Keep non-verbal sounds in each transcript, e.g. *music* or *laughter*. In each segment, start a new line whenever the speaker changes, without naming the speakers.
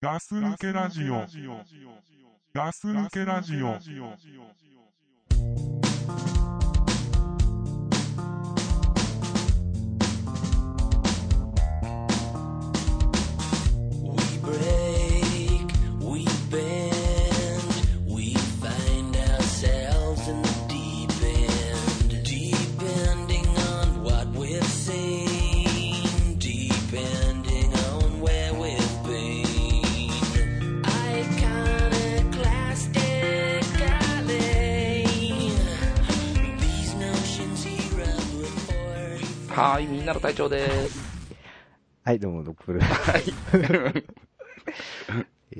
ガス抜けラジオ。ガス抜けラジオ。
We break, we bend, we find ourselves in the deep end. Depending on what we've seen, depending on where we've been. Iconoclastic alley. These notions here of report.
はーい、みんなの隊長です。
はい、どうも、ドッ
*laughs*
プル。い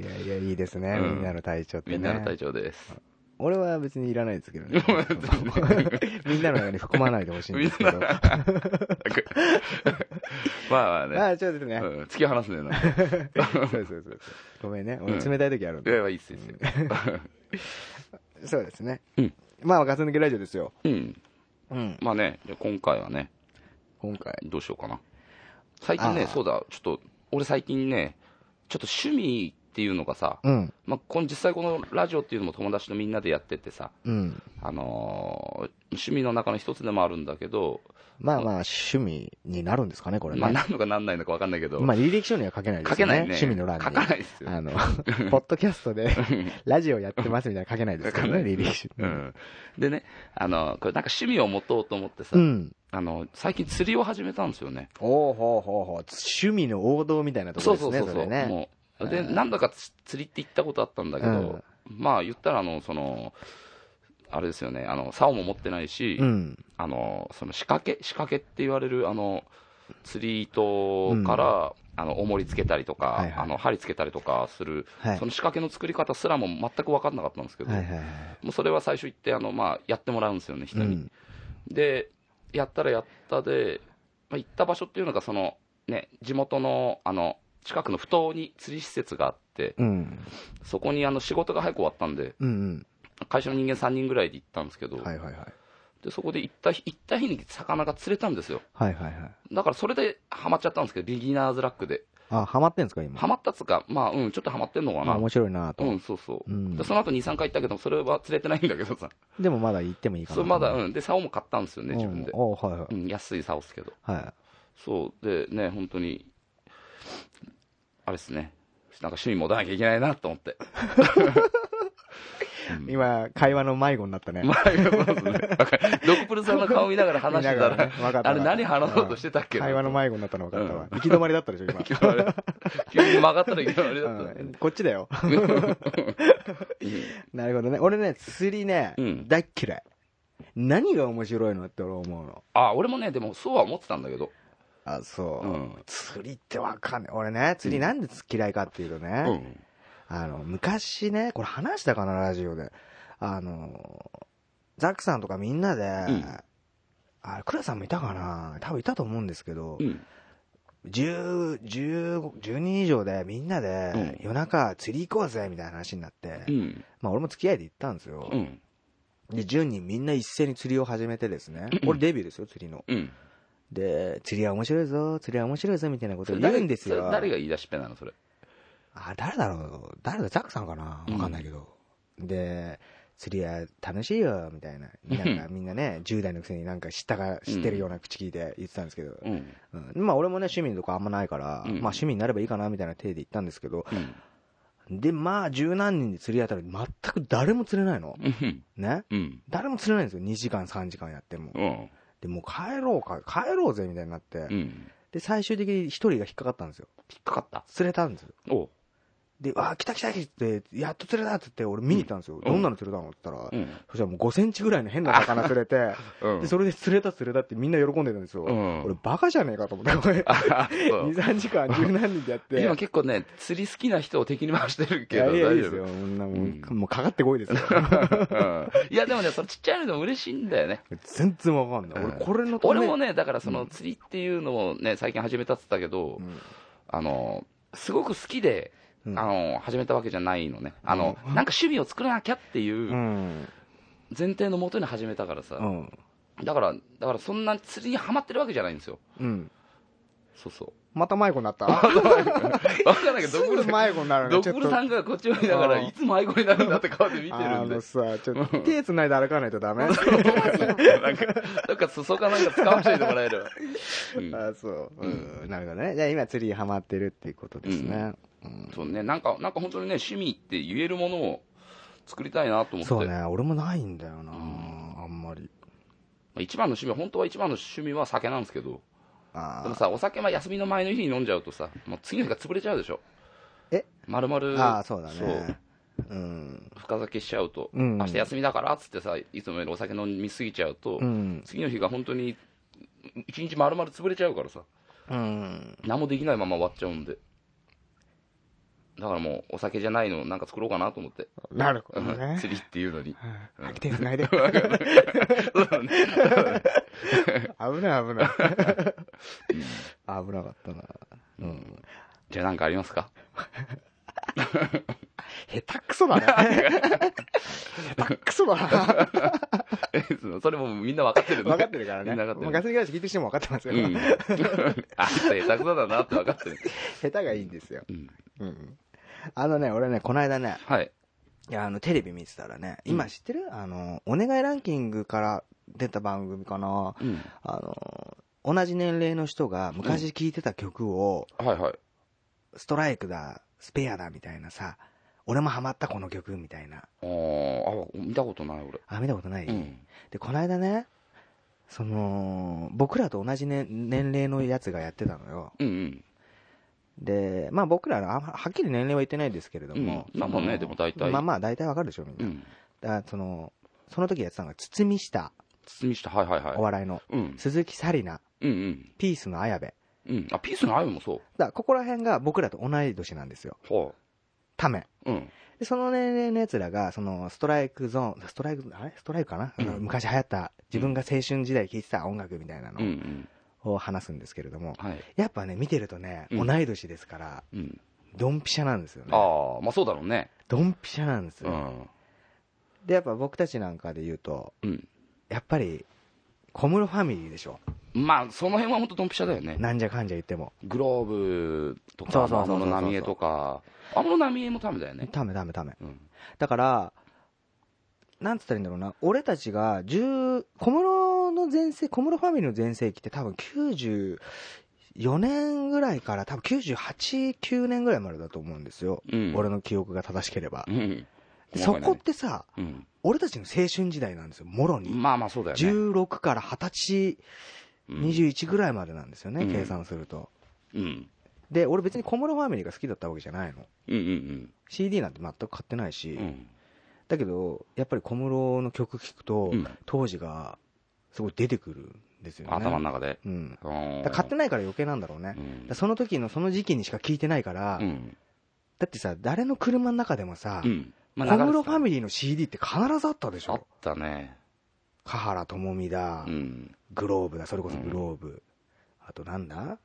やいや、いいですね。
うん
みんなの隊長って
*laughs*
ね。
みんなの隊長です。 *laughs*
俺は別にいらないですけどね。みんなの中に含まないでほしいんですけど。ま
まあまあね、
あ、ちょっとね。
うん、突き放すねなんか。
そうそうそうそう。ごめんね。俺冷たい時あるん
いや、
で。
いいっすよ、いいっすよ。
そうですね
うん。
まあ、ガス抜けラジオですよ。
*laughs* うん。
うん。
まあね、じゃあ今回はね、
今回。
どうしようかな。最近ね、
あー
そうだ、ちょっと、俺最近ね、ちょっと趣味っていうのがさ、
うん。
まあ、この実際このラジオっていうのも友達のみんなでやっててさ、
うん。
あのー趣味の中の一つでもあるんだけど、
まあまあ、趣味になるんですかね、これ
まあ、
ね。
なんのかなんないのかわかんないけど、
まあ、履歴書には書けないですよね。
書けないね。
趣味の欄に。
書かないですよ。
あの、ポッドキャストで、ラジオやってますみたいなの書けないですからね、
書かない
履歴書。
うん、でね、あのこれなんか趣味を持とうと思ってさ、
うん。
あの最近釣りを始めたんですよね。
おおほうほうほう趣味の王道みたいなとこ
そ
ろ
う
です
そうそう
ね
そ
そ
う。
れね
もうで、
うん
何度かつ釣りって行ったことあったんだけど、まあ言ったらあのそのあれですよね、あの竿も持ってないし、
うん
あのその仕掛け仕掛けって言われるあの釣り糸から、あの重りつけたりとか、
はいはい
あの針つけたりとかする、
はい
その仕掛けの作り方すらも全く分かんなかったんですけど、
はいはいはい
もうそれは最初行ってあの、まあ、やってもらうんですよね、人
う
に。
ん
で、やったらやったで、まあ、行った場所っていうのが、その、ね、地元の、あの、近くの埠頭に釣り施設があって、
うん
そこにあの仕事が早く終わったんで、
うん
会社の人間3人ぐらいで行ったんですけど、
うんはいはいはい
でそこで行った日行った日に魚が釣れたんですよ。
はいはいはい
だからそれでハマっちゃったんですけど、ビギナーズラックで。
あハマってんですか今
ハマったっつうか、まあ、うん、ちょっとハマってんのか
まあ
な。
面白いな
う
と
ん、そうそう。
うん
でその後2、3回行ったけど、それは釣れてないんだけどさ。
でもまだ行ってもいいか
そ
な
れまだ、うん。で、竿も買ったんですよね、自分で。
おおはいは
うん、安い竿っすけど。
いは
そう、でね、本当に、あれですね、なんか趣味持たなきゃいけないなと思って。
い今会話の *laughs* 迷子になったね
まあ、そうですね。わかるドクプルさんの顔見ながら話してた
*laughs* 見なが
ら、
ねわかった
あれ何話そうとしてたっけ
うん会話の
前
迷子になったの分かったわ行き止まりだったでしょ今
急に曲がったらいけないあれだった
うん
ね。
こっちだよなるほどね俺ね釣りね
うん
大っ嫌い何が面白いのって俺思うの
あ、俺もね、でもそうは思ってたんだけど。。
あそううん釣りってわかんない。俺ね、釣りなんで嫌いかっていうと
う
ね、
ん。
あの、昔ね、これ話したかな、ラジオで。あの、ザックさんとかみんなで、
ん
あれ、クラさんもいたかな多分いたと思うんですけど、
うん。
10、15 10人以上でみんなで
うん
夜中釣り行こうぜみたいな話になって、
うん。
まあ俺も付き合いで行ったんですよ。
うん。
で、10人みんな一斉に釣りを始めてですね、
うん
俺デビューですよ、釣りの。
うん。
で、釣りは面白いぞ、釣りは面白いぞみたいなこと
それ
を言
誰
うんですよ。
それ誰が言い出しっぺなの、それ。
あ、誰だろう誰だザックさんかなわかんないけど。で、釣りは楽しいよ、みたいな。なんかみんなね、10代のくせになんか知ったか、知ってるような口聞いて言ってたんですけど。
うん。
うんまあ俺もね、趣味のとこあんまないから、
うん
まあ趣味になればいいかな、みたいな体で言ったんですけど。
うん。
で、まあ十何人で釣りやったら全く誰も釣れないの。
うん。
ね。
うん。
誰も釣れないんですよ。2時間、3時間やっても。
うん。
で、もう帰ろうか、帰ろうぜ、みたいになって
う。ん。
で、最終的に一人が引っかかったんですよ。
引っかかった。
釣れたんですよ。
おう。
で、わあ、来た来た来たって、やっと釣れたって言って、俺見に行ったんですよ。
ん
どんなの釣れたのって言ったら、
うん。
そしたらもう5センチぐらいの変な魚釣れて、
うん
で、それで釣れた釣れたってみんな喜んでたんですよ。
うん
俺バカじゃねえかと思って、これ、
あそう
2、3時間十何人でやって。
今結構ね、釣り好きな人を敵に回してる
い
けど、
やいやい
大
いで
丈
すよ。
夫。
そんなもう、
うん
もうかかってこいですよ。
いや、でもね、そのちっちゃいのでも嬉しいんだ
*laughs*
よね。
全然わかんない。
うん
俺、これのため
俺もね、だからその釣りっていうのをね、最近始めたって言ったけど、
ん
あの、すごく好きで、
うん。
あの、始めたわけじゃないのね。あの、なんか趣味を作らなきゃっていううん前提のもとに始めたから
う
さ、
ん。
だから、だからそんな釣りにはまってるわけじゃないんですよ。
うん。
そうそう。
また迷子に
*laughs*
なった。
わかんないけ
す
ど、ドッグ
ぐ
ルさん
迷子になる
ド
ね。
ッ
ちょ
グ
っ
ル
と
さ。んがこっちを見ながら、
うん
いつ迷子になるんだって顔で見てる
あ
んで
の。さ、ちょっと手繋いで歩かないと
*laughs*
ダメ。
なんか、なんか裾かなんか掴ましていてもらえる。うん
あそう、うん、なるほどね。じゃあ今釣りハマってるっていうことですね。うん
そうね、なんか、なんか本当にね、趣味って言えるものを作りたいなと思って。
そうね、俺もないんだよな、
うん
あんまり。
まあ一番の趣味は、本当は一番の趣味は酒なんですけど、でも
あ
さ、お酒は休みの前の日に飲んじゃうとさ、もう次の日が潰れちゃうでしょ。
え
まるま
あ
る、
ああ、そうだ
そう
ね。うん。
深酒しちゃうと、
うん
明日休みだからっつってさ、いつもよりお酒飲みすぎちゃうと、
うん。
次の日が本当に、一日まるまる潰れちゃうからさ、
うん。
何もできないまま終わっちゃうんで。だからもう、お酒じゃないのなんか作ろうかなと思って。
なるほどね。
*laughs* 釣りっていうのに。
はい *laughs* 手繋
*laughs*
いで。危
そうだね *laughs*
ない *laughs* 危ない。危なかったな。うん。
じゃあなんかありますか *laughs*
下手くそ
*laughs*
だね。下手くそだな。
えそれもみんな分かってる
分かってるからね。
みんな分
もう
かっ
ガ
て
スリガラス聞いてる人も分かってますよ
る。。うん。 *laughs* あ、下手くそだなって分かってる。
下手がいいんですよ。
うん。
うん。あのね、俺ね、この間ね、
はい。
いや、あの、テレビ見てたらね、
うん
今知ってる、あの、お願いランキングから出た番組かな。
うん。
あの、同じ年齢の人が昔聴いてた曲を、
はいはい。
ストライクだ、スペアだ、みたいなさ、俺もハマったこの曲、みたいな。
あーあ、見たことない俺。
あ、見たことない、
うん。
で、この間ね、その、僕らと同じ、ね、年齢のやつがやってたのよ。
うんうん。
で、まあ僕らの、あんまはっきり年齢は言ってないですけれども。
うんまあまあね
その
でも大体
まあまあ大体わかるでしょ、みんな。
うん。
だからその、その時やってたのが、堤下、
包みした、はいはい
お
はい。
笑いの。
うん。
鈴木紗理奈、
うんうん。
ピースの綾部。だか
うん。あ、ピースの愛もそ
らここら辺が僕らと同い年なんですよ。
う。は
ため。
い。うん。
で、その年齢の奴らが、その、ストライクゾーン、ストライク、あれストライクかな、
うん
あの昔流行った、自分が青春時代聴いてた音楽みたいな
うんう
の
ん。
を話すんですけれども、
はい。
やっぱね、見てるとね、
う
同
ん
い年ですから、
うん。
ドンピシャなんですよね。
ああ、まあそうだろうね。
ドンピシャなんです
う
よ。
ん。
で、やっぱ僕たちなんかで言うと、
うん。
やっぱり、小室ファミリーでしょ。
まあ、その辺は本当ドンピシャだよね。
なんじゃかんじゃ言っても。
グローブと
そ
か、
うそうそう
安
そう
室奈美恵とか、安室奈美恵もためだよね。
ためためため。
うん。
だから、なんつったらいいんだろうな、俺たちが10、小室の全盛、小室ファミリーの全盛期って多分94年ぐらいから多分98、9年ぐらいまでだと思うんですよ。
うん。
俺の記憶が正しければ
う。ん。
でそこってさ、
うん。
俺たちの青春時代なんですよ、もろに。
まあまあそうだよね。
16から20歳、
うん
21ぐらいまでなんですよね、
うん
計算すると。
うん。
で、俺別に小室ファミリーが好きだったわけじゃないの。
うんうん
CD なんて全く買ってないし、
うん。うん。
だけど、やっぱり小室の曲聴くと、
うん
当時がすごい出てくるんですよね。
頭の中で。
うん。だか
うん
ら買ってないから余計なんだろうね。だか
うん
らその時のその時期にしか聞いてないから、
うん。
だってさ、誰の車の中でもさ、
うん。ま
小室ファ
ミ
ミリーの CD って必ずあったでし
あっ
ょ。
たね。
華原朋美だ、
うん。
グローブだ、それこそグローブ。あとなんだ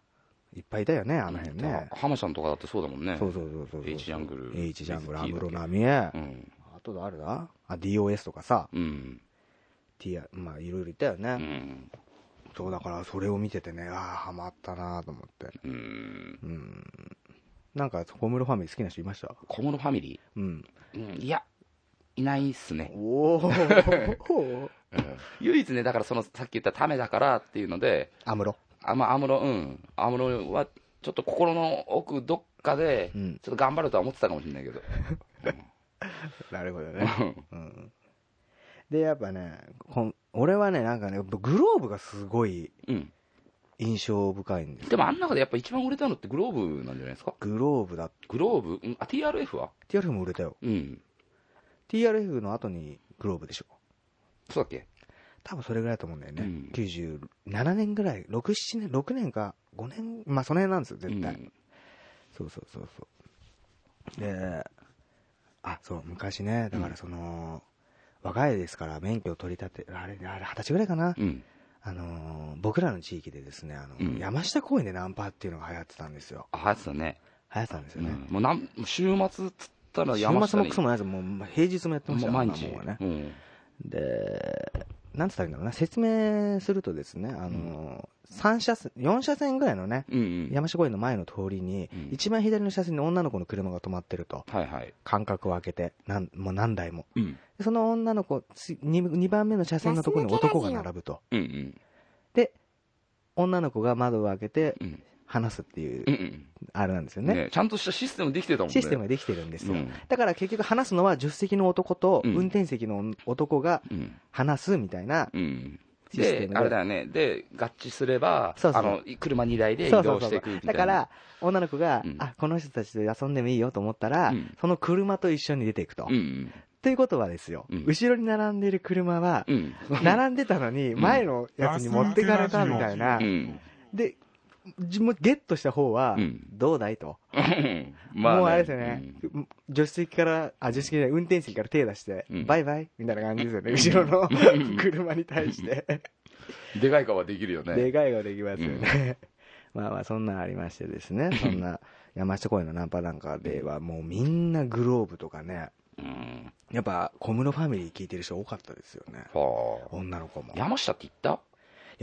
いっぱいいたよね、あの辺ね。
浜ちゃんとかだってそうだもんね。
そうそうそうそうそう。
H ジャングル
H ジャングル、
ST
安室奈美恵。あ
うん。
と誰だあ、DOS とかさ、
うん。
T、まあいろいろいたよね。
うん。
そうだからそれを見ててねああハマったなと思って
うん。
うんなんか小室ファミリー好きな人いました
小室ファミリ
うん
ーうん。いや、いないっすね。
お *laughs* お
唯一ね、だからその、さっき言ったためだからっていうので、
安室
あまあ、安室、うん、安室はちょっと心の奥どっかで、
うん
ちょっと頑張るとは思ってたかもしれないけど、 *laughs*
なるほどね、うん、でやっぱねこん俺はねなんかねグローブがすごい
うん、
印象深いんです
でもあん中でやっぱ一番売れたのってグローブなんじゃないですか、
グローブだっ
グローブ、うん、あ TRF は、
て TRF も売れたよ
うん、
TRF の後にグローブでしょ
そうだっけ、
多分それぐらいだと思うんだよね、
うん
97年ぐらい67年6年か5年まあその辺なんですよ絶対、
うん
そうそうそうそう。で、あ、そう、昔ね、だからその、若いですから免許を取り立て、あれ、あれ、二十歳ぐらいかな。
うん、
あのー、僕らの地域でですね、あの、
うん
山下公園でナンパっていうのが流行ってたんですよ。
あ流行ってたね、
流行ってたんです
う
よね。
ん、もうなんもう週末っつったら
週
山
末
下
も
に
クソもないですもう平日もやってまし
も
た
う
よ
毎日、
もうね
うん、
で、なんつったらいいんだろうな、説明するとですね、あの、三車線、4車線ぐらいのね、
うんうん
山下公園の前の通りに、
うん
一番左の車線に女の子の車が止まってると、
はいはい
間隔を空けて、なんもう何台も。
うん
でその女の子、2番目の車線のところに男が並ぶと。
うんうん
で、女の子が窓を開けて
うん
話すっていう
う、んうん
あれなんですよね。
ねちゃんとしたシステムできてたもんね
システム
で
ができてるんですよ。
うん
だから結局話すのは助手席の男と
うん
運転席の男が
うん
話すみたいな
うん
システ
で
ム
あれ
で
だよねで合致すれば
そうそう
あの車2台で移
そうそ
動
うそう
し
そ
ていうくみた
だ
いな
から女の子が、
うん
あこの人たちと遊んでもいいよと思ったら、
うん
その車と一緒に出ていくと、
うん
ということはですよ、
うん
後ろに並んでいる車は、
うんうん *laughs*
並んでたのに
うん
前のやつに持ってかれたみたいな、
うん
でじもうゲットした方は、
うん
どうだいと、
うんまね
もうあれですよね、助手席からあ助手席じゃない運転席から手出して、
うん
バイバイみたいな感じですよね、後ろの *laughs* 車に対して
うんでかい顔はできるよね
でかいができますよね。まあまあ、そんなんありましてですね。そんな、山下公園のナンパなんかでは、もうみんなグローブとかね、
うん
やっぱ小室ファミリー聞いてる人多かったですよね。
はあ
女の子も。い
山下って言った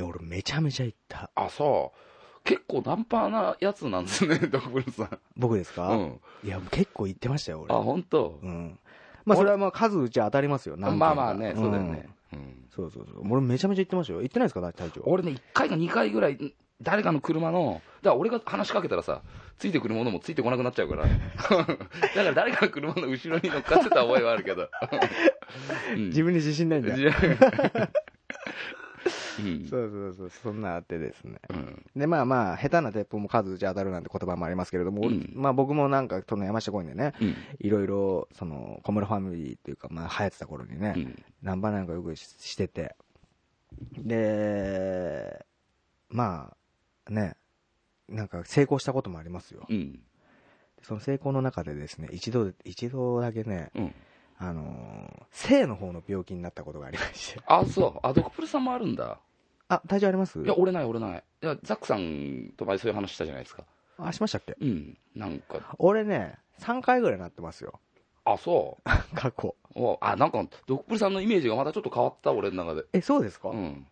や、俺めちゃめちゃ行った。
あそう結構ナンパなやつなんですね *laughs* ダブルさん
僕ですか、
うん
いや、結構行ってましたよ、
あ
俺。
本当
うん。まあ、それはまあ数うち当たりますよ、何件か
まあまあねそうだよね。うん
うんそうそうそう。俺めちゃめちゃ行ってましたよ。行ってないですか、隊長。
俺ね1回か2回ぐらい誰かの車のだから俺が話しかけたらさついてくるものもついてこなくなっちゃうから *laughs* だから誰かの車の後ろに乗っかってた覚えはあるけ
*laughs*
ど、うん
自分に自信ないんだ。そう
じゃあうん
*laughs* そうそう、そんなんあってですね。
うん
で、まあまあ、下手な鉄砲も数打ち当たるなんて言葉もありますけれども、
うん
まあ僕もなんか、その山下公園でね、
うん
いろいろ、その、小室ファミリーっていうか、まあ流行ってた頃にね、
うん
ナンバーなんかよくししてて、で、まあ、ね、なんか成功したこともありますよ。
うん
その成功の中でですね、一度、一度だけね、
うん
あのー性の方の病気になったことがありまして。
あそうあドクプルさんもあるんだ
あ、体調あります
いや俺ない俺ないいやザックさんと前そういう話したじゃないですか
あ、しましたっけ
うんなんか
俺ね、3回ぐらいなってますよ。
あそう
過去。
おあなんかドクプルさんのイメージがまたちょっと変わった俺の中で
え、そうですか、
うん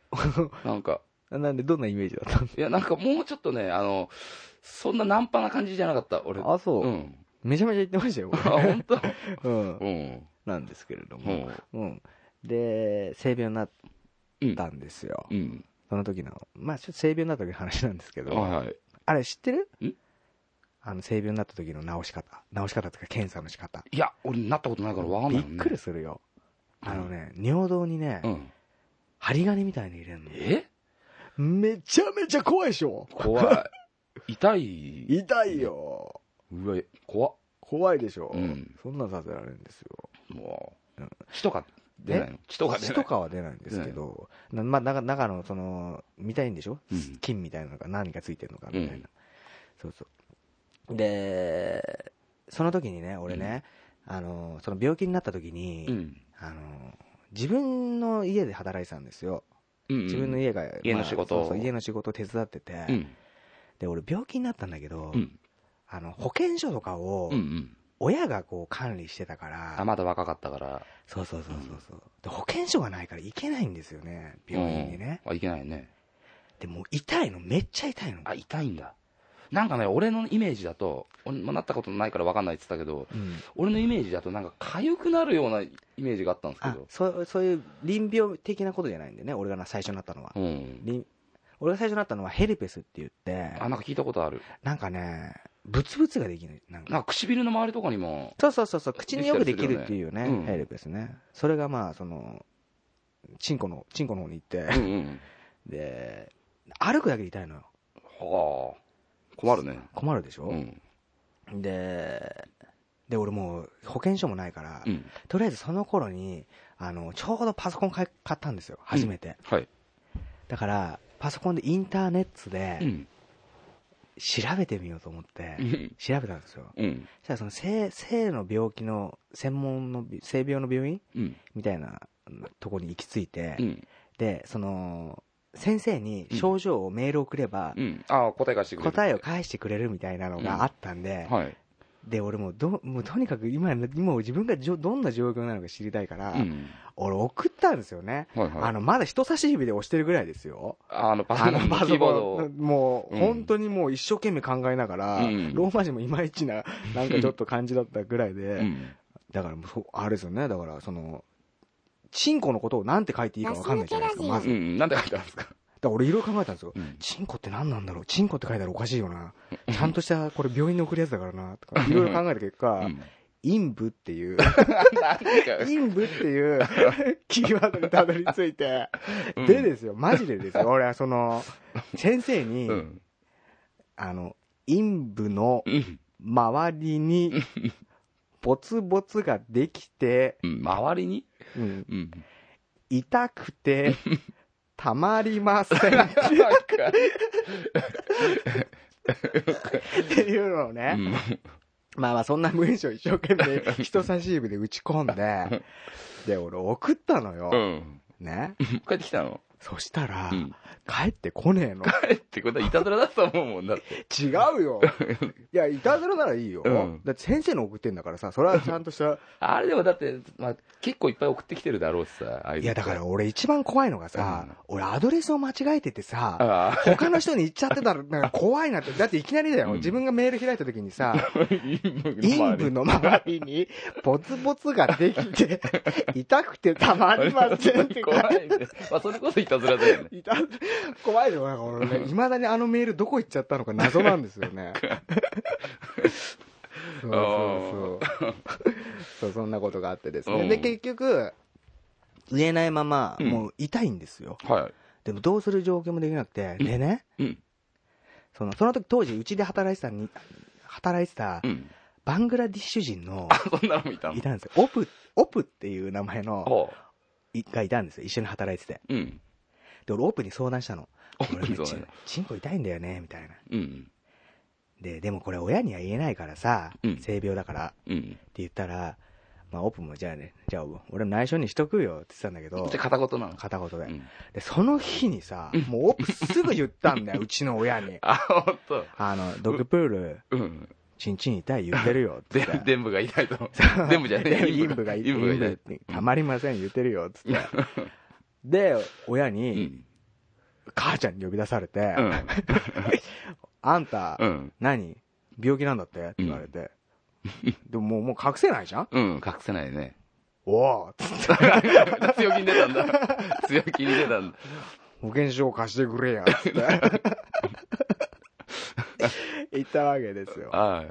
*laughs*
なんか
なんで、どんなイメージだったん
いやなんかもうちょっとねあのそんなナンパな感じじゃなかった俺
あ、そう、
うん
めちゃめちゃ言ってましたよ
あ、本当
俺 *laughs* うん
う。ん
なんですけれど
う
も。
ん
うん。で、性病になっ
うん
たんですよ。
うん
その時の、まあ、ちょっと性病になった時の話なんですけど、
はいはい
あれ知ってる
ん
あの、性病になった時の治し方。治し方っていうか、検査の仕方。
いや俺なったことないからわかん
び
ない
っ
もんね
くりするよ。あのね、尿道にね、
うん
針金みたいに入れるの。
え
めちゃめちゃ怖いでしょ
怖い痛い
痛いよ。
うわ怖っ
怖いでしょ、
うん
そんなんさせられるんですよ。
もう
うん
血とか出ないの血とか出
血
な
と
い
かは出ないんですけど、なまあ、中中のその、見たいんでしょ、
うん
金みたいなのが何かついてるのかみたいな、
うん
そうそう。で、その時にね、俺ね、あのその病気になった時に、
うん
あの自分の家で働いてたんですよ、自
自
分の家が、
家の仕事を
まあそうそう家の仕事を手伝ってて、
うん
で俺、病気になったんだけど、
うん
あの保健所とかを
うんうん
親がこう管理してたか
あ
ら、
まだ若かったから
そうそうそうそうそう、で保健所がないから行けないんですよね、病院にね。
うんあいけないね
でもう痛いの、めっちゃ痛いの。
あ痛いんだなんかね俺のイメージだと俺もなったことないから分かんないって言ったけど
うん
俺のイメージだとなんか痒くなるようなイメージがあったんですけ
あ
ど
そうそういう臨病的なことじゃないんでね、俺がな最初になったのは。
うん
臨俺が最初になったのはヘルペスって言って、
あなんか聞いたことある
なんかね、ブツブツができる。なんか
なんか唇の周りとかにも
そうそうそうそう、口によくできるっていう
で
ね、
きたりするよねうん
ヘルペスね。それがまあ、その、チンコの、チンコの方に行って
う、んうん
で、歩くだけで痛いのよ。
はあ困るね
困るでし
う
ょ、
ん
で、で、俺もう保険証もないから、
うん
とりあえずその頃に、あの、ちょうどパソコン買い買ったんですよ、初めて。
はい
だから、パソコンでインターネット
う
で
ん
調べてみようと思って
う、ん
調べたんですよ。
うん
そしたらその性、性の病気の、専門の、性病の病院
うん
みたいなとこに行き着いて、
うん
で、その、先生に症状をメールを送れば
う、んああ答え返してくれる
答えを返してくれるみたいなのがあったんで、
はい
で、俺もど、もうとにかく今、もう自分がじょどんな状況なのか知りたいから、
うん。
俺送ったんですよね。
はいはい。
あの、まだ人差し指で押してるぐらいですよ。
あのパソコ
あ
ンの
のパ
キー
ソ
ボー
コ
ド
ン、もう、
うん
本当にもう一生懸命考えながら、
うん
ローマ字もいまいちな、なんかちょっと感じだったぐらいで、
うん。
だからもうそう、あれですよね、だから、その、チンコのことをなんて書いていいかわかんないじゃないですか、まず。
う
だか
ん。なんて書いてあるんですか。
ら俺いろいろ考えたんですよ。
うん
チンコって何なんだろうチンコって書いたらおかしいよな。ちゃんとした、これ病院に送るやつだからな、とか、いろいろ考えた結
う
果、
ん
陰部っ
*laughs*
ていう、
なんか
陰部っていう
*laughs*
キーワードにたどり着いて、
うん
でですよ、マジでですよ、俺はその、先生に、
うん。
あの、陰部の
うん
周りに、ボツボツができて、
うん。周りに
うん
うん。
痛くて、たまりませんっ
*laughs* なんか
ていうのを
う
ね、
ん
まあまあそんな無意識を一生
*laughs*
懸命人差し指で打ち込んで、で、俺送ったの
う
よ。
ん。
ね。
帰ってきたの
そしたら
う、ん。
帰ってこねえ
*laughs*
の。
帰ってことはいたずらだと思うもんだって。
違う
*laughs*
よ。いや、いたずらならいいよ。
うん
だって先生の送ってんだからさ、それはちゃんとした。
あれでもだって、まあ、結構いっぱい送ってきてるだろうしさ、あいつ
いや、だから俺一番怖いのがさ、俺アドレスを間違えててさ、
ああ、
他の人に言っちゃってたら、なんか怖い
*laughs*
なって。だっていきなりだよ。
うん
自分がメール開いた時にさ、
陰
陰部
の
の周りに、ボツボツができ
*laughs*
て、痛くてたまりませんって書い
怖いね。まあ、それこそいたずらだよね。
ていた怖いよ、なんか俺ね、いまだにあのメールどこ行っちゃったのか謎なんです
*laughs*
よね。そうそうそう。そう、そんなことがあってです
う
ね。
ん
で、結局、言えないまま、
うん
もう痛いんですよ。
は
でもどうする状況もできなくて、でね、
い。うん。
その、その時当時、うちで働いてたに、働いてた
う、ん。
バングラディッシュ人の、
そんなのもいたの
いたんですよ。オプ、オプっていう名前の、
おう。
いがいたんですよ。一緒に働いてて。
うん。
で、俺オプに相談したの。
オプ
俺
に
ね
相談
ちんチンコ痛いんだよね、みたいな。
うん。
で、でもこれ親には言えないからさ
うん、
性病だから、って
うん。
言ったら、まあオプもじゃあね、じゃあ俺も内緒にしとくよって言ってたんだけど
じゃ、あ片言なの。
片言で。
うん。
で、その日にさ、もうオプすぐ言ったんだ
*laughs*
よ、うちの親に。
あ、ほんと。
あの、ドッグプール、
うん。
チンチン痛い言ってるよって
で
言って。、
伝部が痛いと。伝部じゃねえ。
陰部がい
陰部が痛い。
陰部たまりません言ってるよっつってで親
う
に
ん。
母ちゃんに呼び出されて
うん。
「あんた
うん。
何病気なんだって?」って言われてでももうもう隠せないじゃん
うん。隠せないね。
おお *laughs* つって
強気に出たんだ。強気に出たんだ。
保険証貸してくれや
*laughs*
つって言ったわけですよ
は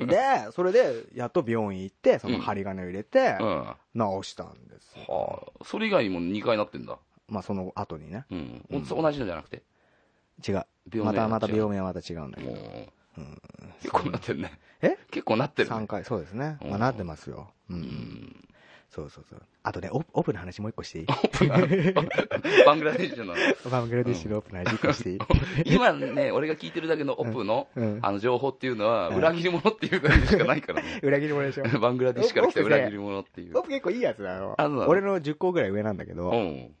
い。
でそれでやっと病院行ってその針金を入れて
うん。は
治したんですよ
あ。それ以外にも2回なってんだ。
まあその後にね
うん。
うん
同じのじゃなくて。
違う
病名
またまた
違う
病名はまた違うんだけど
もう結構なってんね。
え
結構なってるね。
3回、そうですね。
うん
まあ、なってますよ。う。
うんん。
そうそうそう。あとね、オオープンの話もう一個していい
バングラデシュの。
バングラディッシュのオープンの話一
*laughs*
個していい
今ね、俺が聞いてるだけのオプの
うん、
あの情報っていうのは、
うん
裏切り者っていうだけしかないからね。
裏切り者でしょ。
バングラデシュから来た
オプね
裏切り者っていう
オー。プン結構いいやつだよ
あそうな。の
俺の10個ぐらい上なんだけ
う
ど、
ん。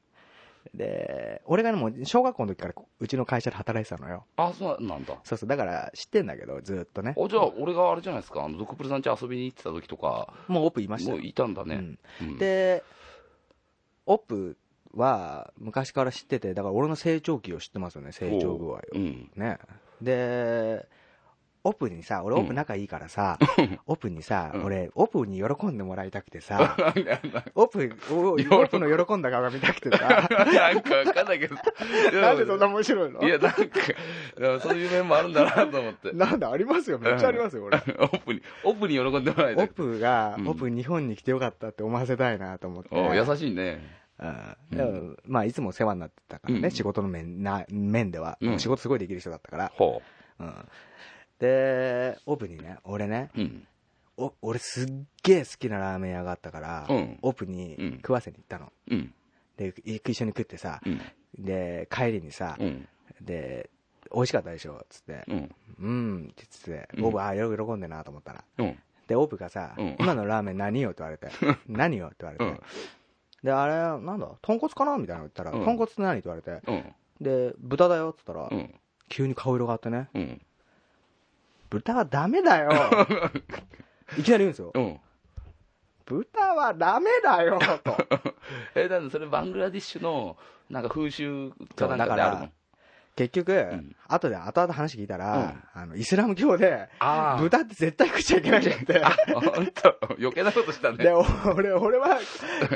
で、俺がね、もう小学校の時からうちの会社で働いてたのよ。
あ、そうなんだ。
そうそう、だから知ってんだけど、ずーっとね。
あ、じゃあ、俺があれじゃないですか、あの、ドクプルさん家遊びに行ってた時とか、
もうオープンいました
も
よ
う。いたんだ
う
ね。
ん
うん、
で、オープンは昔から知ってて、だから俺の成長期を知ってますよね、成長具合を。 *laughs*
うん。
ねでオープンにさ俺オープン仲いいからさ、オープンにさ、
うん
俺オープンに喜んでもらいたくてさオープンおオ
喜ぶ
ープンの喜んだ顔が見たくてさ
なんかわか *laughs* んないけど。
なんでそんな面白いの
いや、なんか、いやそういう面もあるんだなと思って。
*laughs* なんだありますよめっちゃありますよ
オ
俺
ープンに、オープンに喜んでもらえ
オー
て。
プンが、
うん
オープン日本に来てよかったって思わせたいなと思って
お優しいね。
うんでもまあいつも世話になってたからね、
うん
仕事の面な面では、
うん
仕事すごいできる人だったから、
ほ
うん、でオープンにね俺ね
う。うん。
お俺すっげえ好きなラーメン屋があったから、
うん
オープン
うん
に食わせに行ったの、
うん。
でい一緒に食ってさ
うん。
で帰りにさ、
うん。
で美味しかったでしょっつって
うん。
うんって言ってて、
うん
オープンああ喜んでんなと思ったら
うん。
でオープンがさ、
うん
今のラーメン何よって言わ
*laughs*
れて何よって言われて、
うん
であれなんだ豚骨かなみたいなの言ったら、
うん
豚骨って何って言われて
うん。
で豚だよっつったら、
うん。
急に顔色があってね
うん。
豚はダメ
*laughs*
だよ。いきなり言うんですよ。
うん。
豚はダメだよ、
*laughs*
と。
え、なんでそれバングラディッシュの、なんか風習かなん
そうだ
か
か
で
ら
あるの
結局、
ん
後で後々話聞いたら、あの、イスラム教で、
あ
豚って絶対食っちゃいけないじゃんって。
あ、ほんと、余計なことした
で、
ね。
お俺、俺は、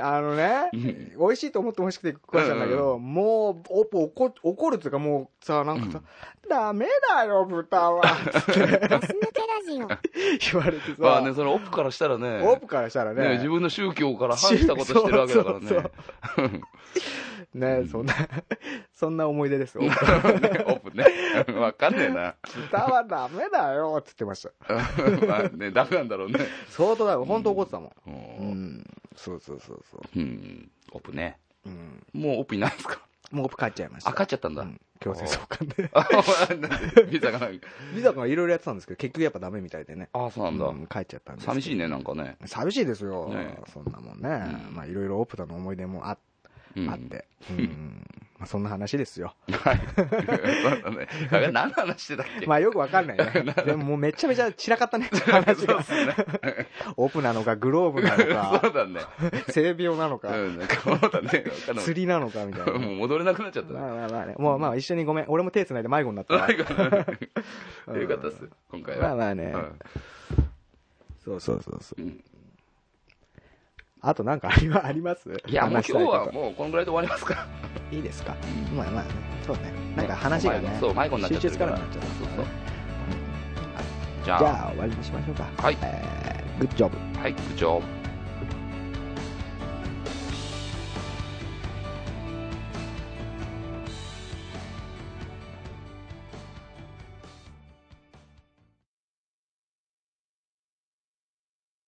あのね
*laughs* う、ん
美味しいと思って美味しくて食わしたんだけど、もう、おぽ怒、怒るっていうか、もうさ、なんかさ、ダメだよ、豚は、つって
ガス抜けラジオ。
*laughs* 言われて
まあ
さ、
ね、そのオプからしたらね、
オープからしたら
ね
ね、
自分の宗教から反したことしてるわけだからね。
そうそうね、そんな、 *laughs* そんな思い出です。豚
ね *laughs* オープね。 *laughs* わかんねえな。
はダメだよ、って言ってました。
まあね、ダメなんだろうね。
相当だよ、本当怒ってたもん。
う
うんん、そうそうそうそう。
うん。オプね。
うん、
もうオプいないですか
もう帰っちゃいました。
あ、帰っちゃったんだ
う。ん強制送還で。
あ、なんでビザがない。
リザ君はいろいろやってたんですけど、結局やっぱダメみたいでね。
あ、そうなんだ。
うん帰っちゃったんですけど
寂しいね、なんかね。
寂しいですよ、
ねえ
そんなもんね、
うん
まあいろいろオプタの思い出もあ
うん
あ
*laughs*
っ。て、うんまあ、そんな話ですよ、
はい。そうだね。あれ何の話してたっけ
まあよくわかん
*laughs*
ないね、でももうめちゃめちゃ散らかったね、話
そう
が
っ、すね。
*laughs* オプなのか、グローブな
*laughs*
の
そ
か、
うだね。
性病なのか
う、ん、なんかそうだね。わかんない
釣りなのかみたいな、
もう戻れなくなっちゃった
ま
ね。
あまあまあね、もうまあ一緒にごめん、俺も手つないで迷子になった
*laughs*
わ
最後のね
うん
よかったっす、今回は。
まあまあね、
うん
そうそうそうそう、
うん
あとなんかありあります
いや、もう
話し
今
たい
日は
こと
もうこのぐらいで終わりますから。
いいですか、まあまあ、そうね、なんか話がね、
そう、迷子になっちゃってるから。
集中つかなくなっちゃった
そう
から
そう
ね。
じゃ
じ
あ、
ゃあ終わりにしましょうか。
はい
えーグッジョブ。
はい、部長。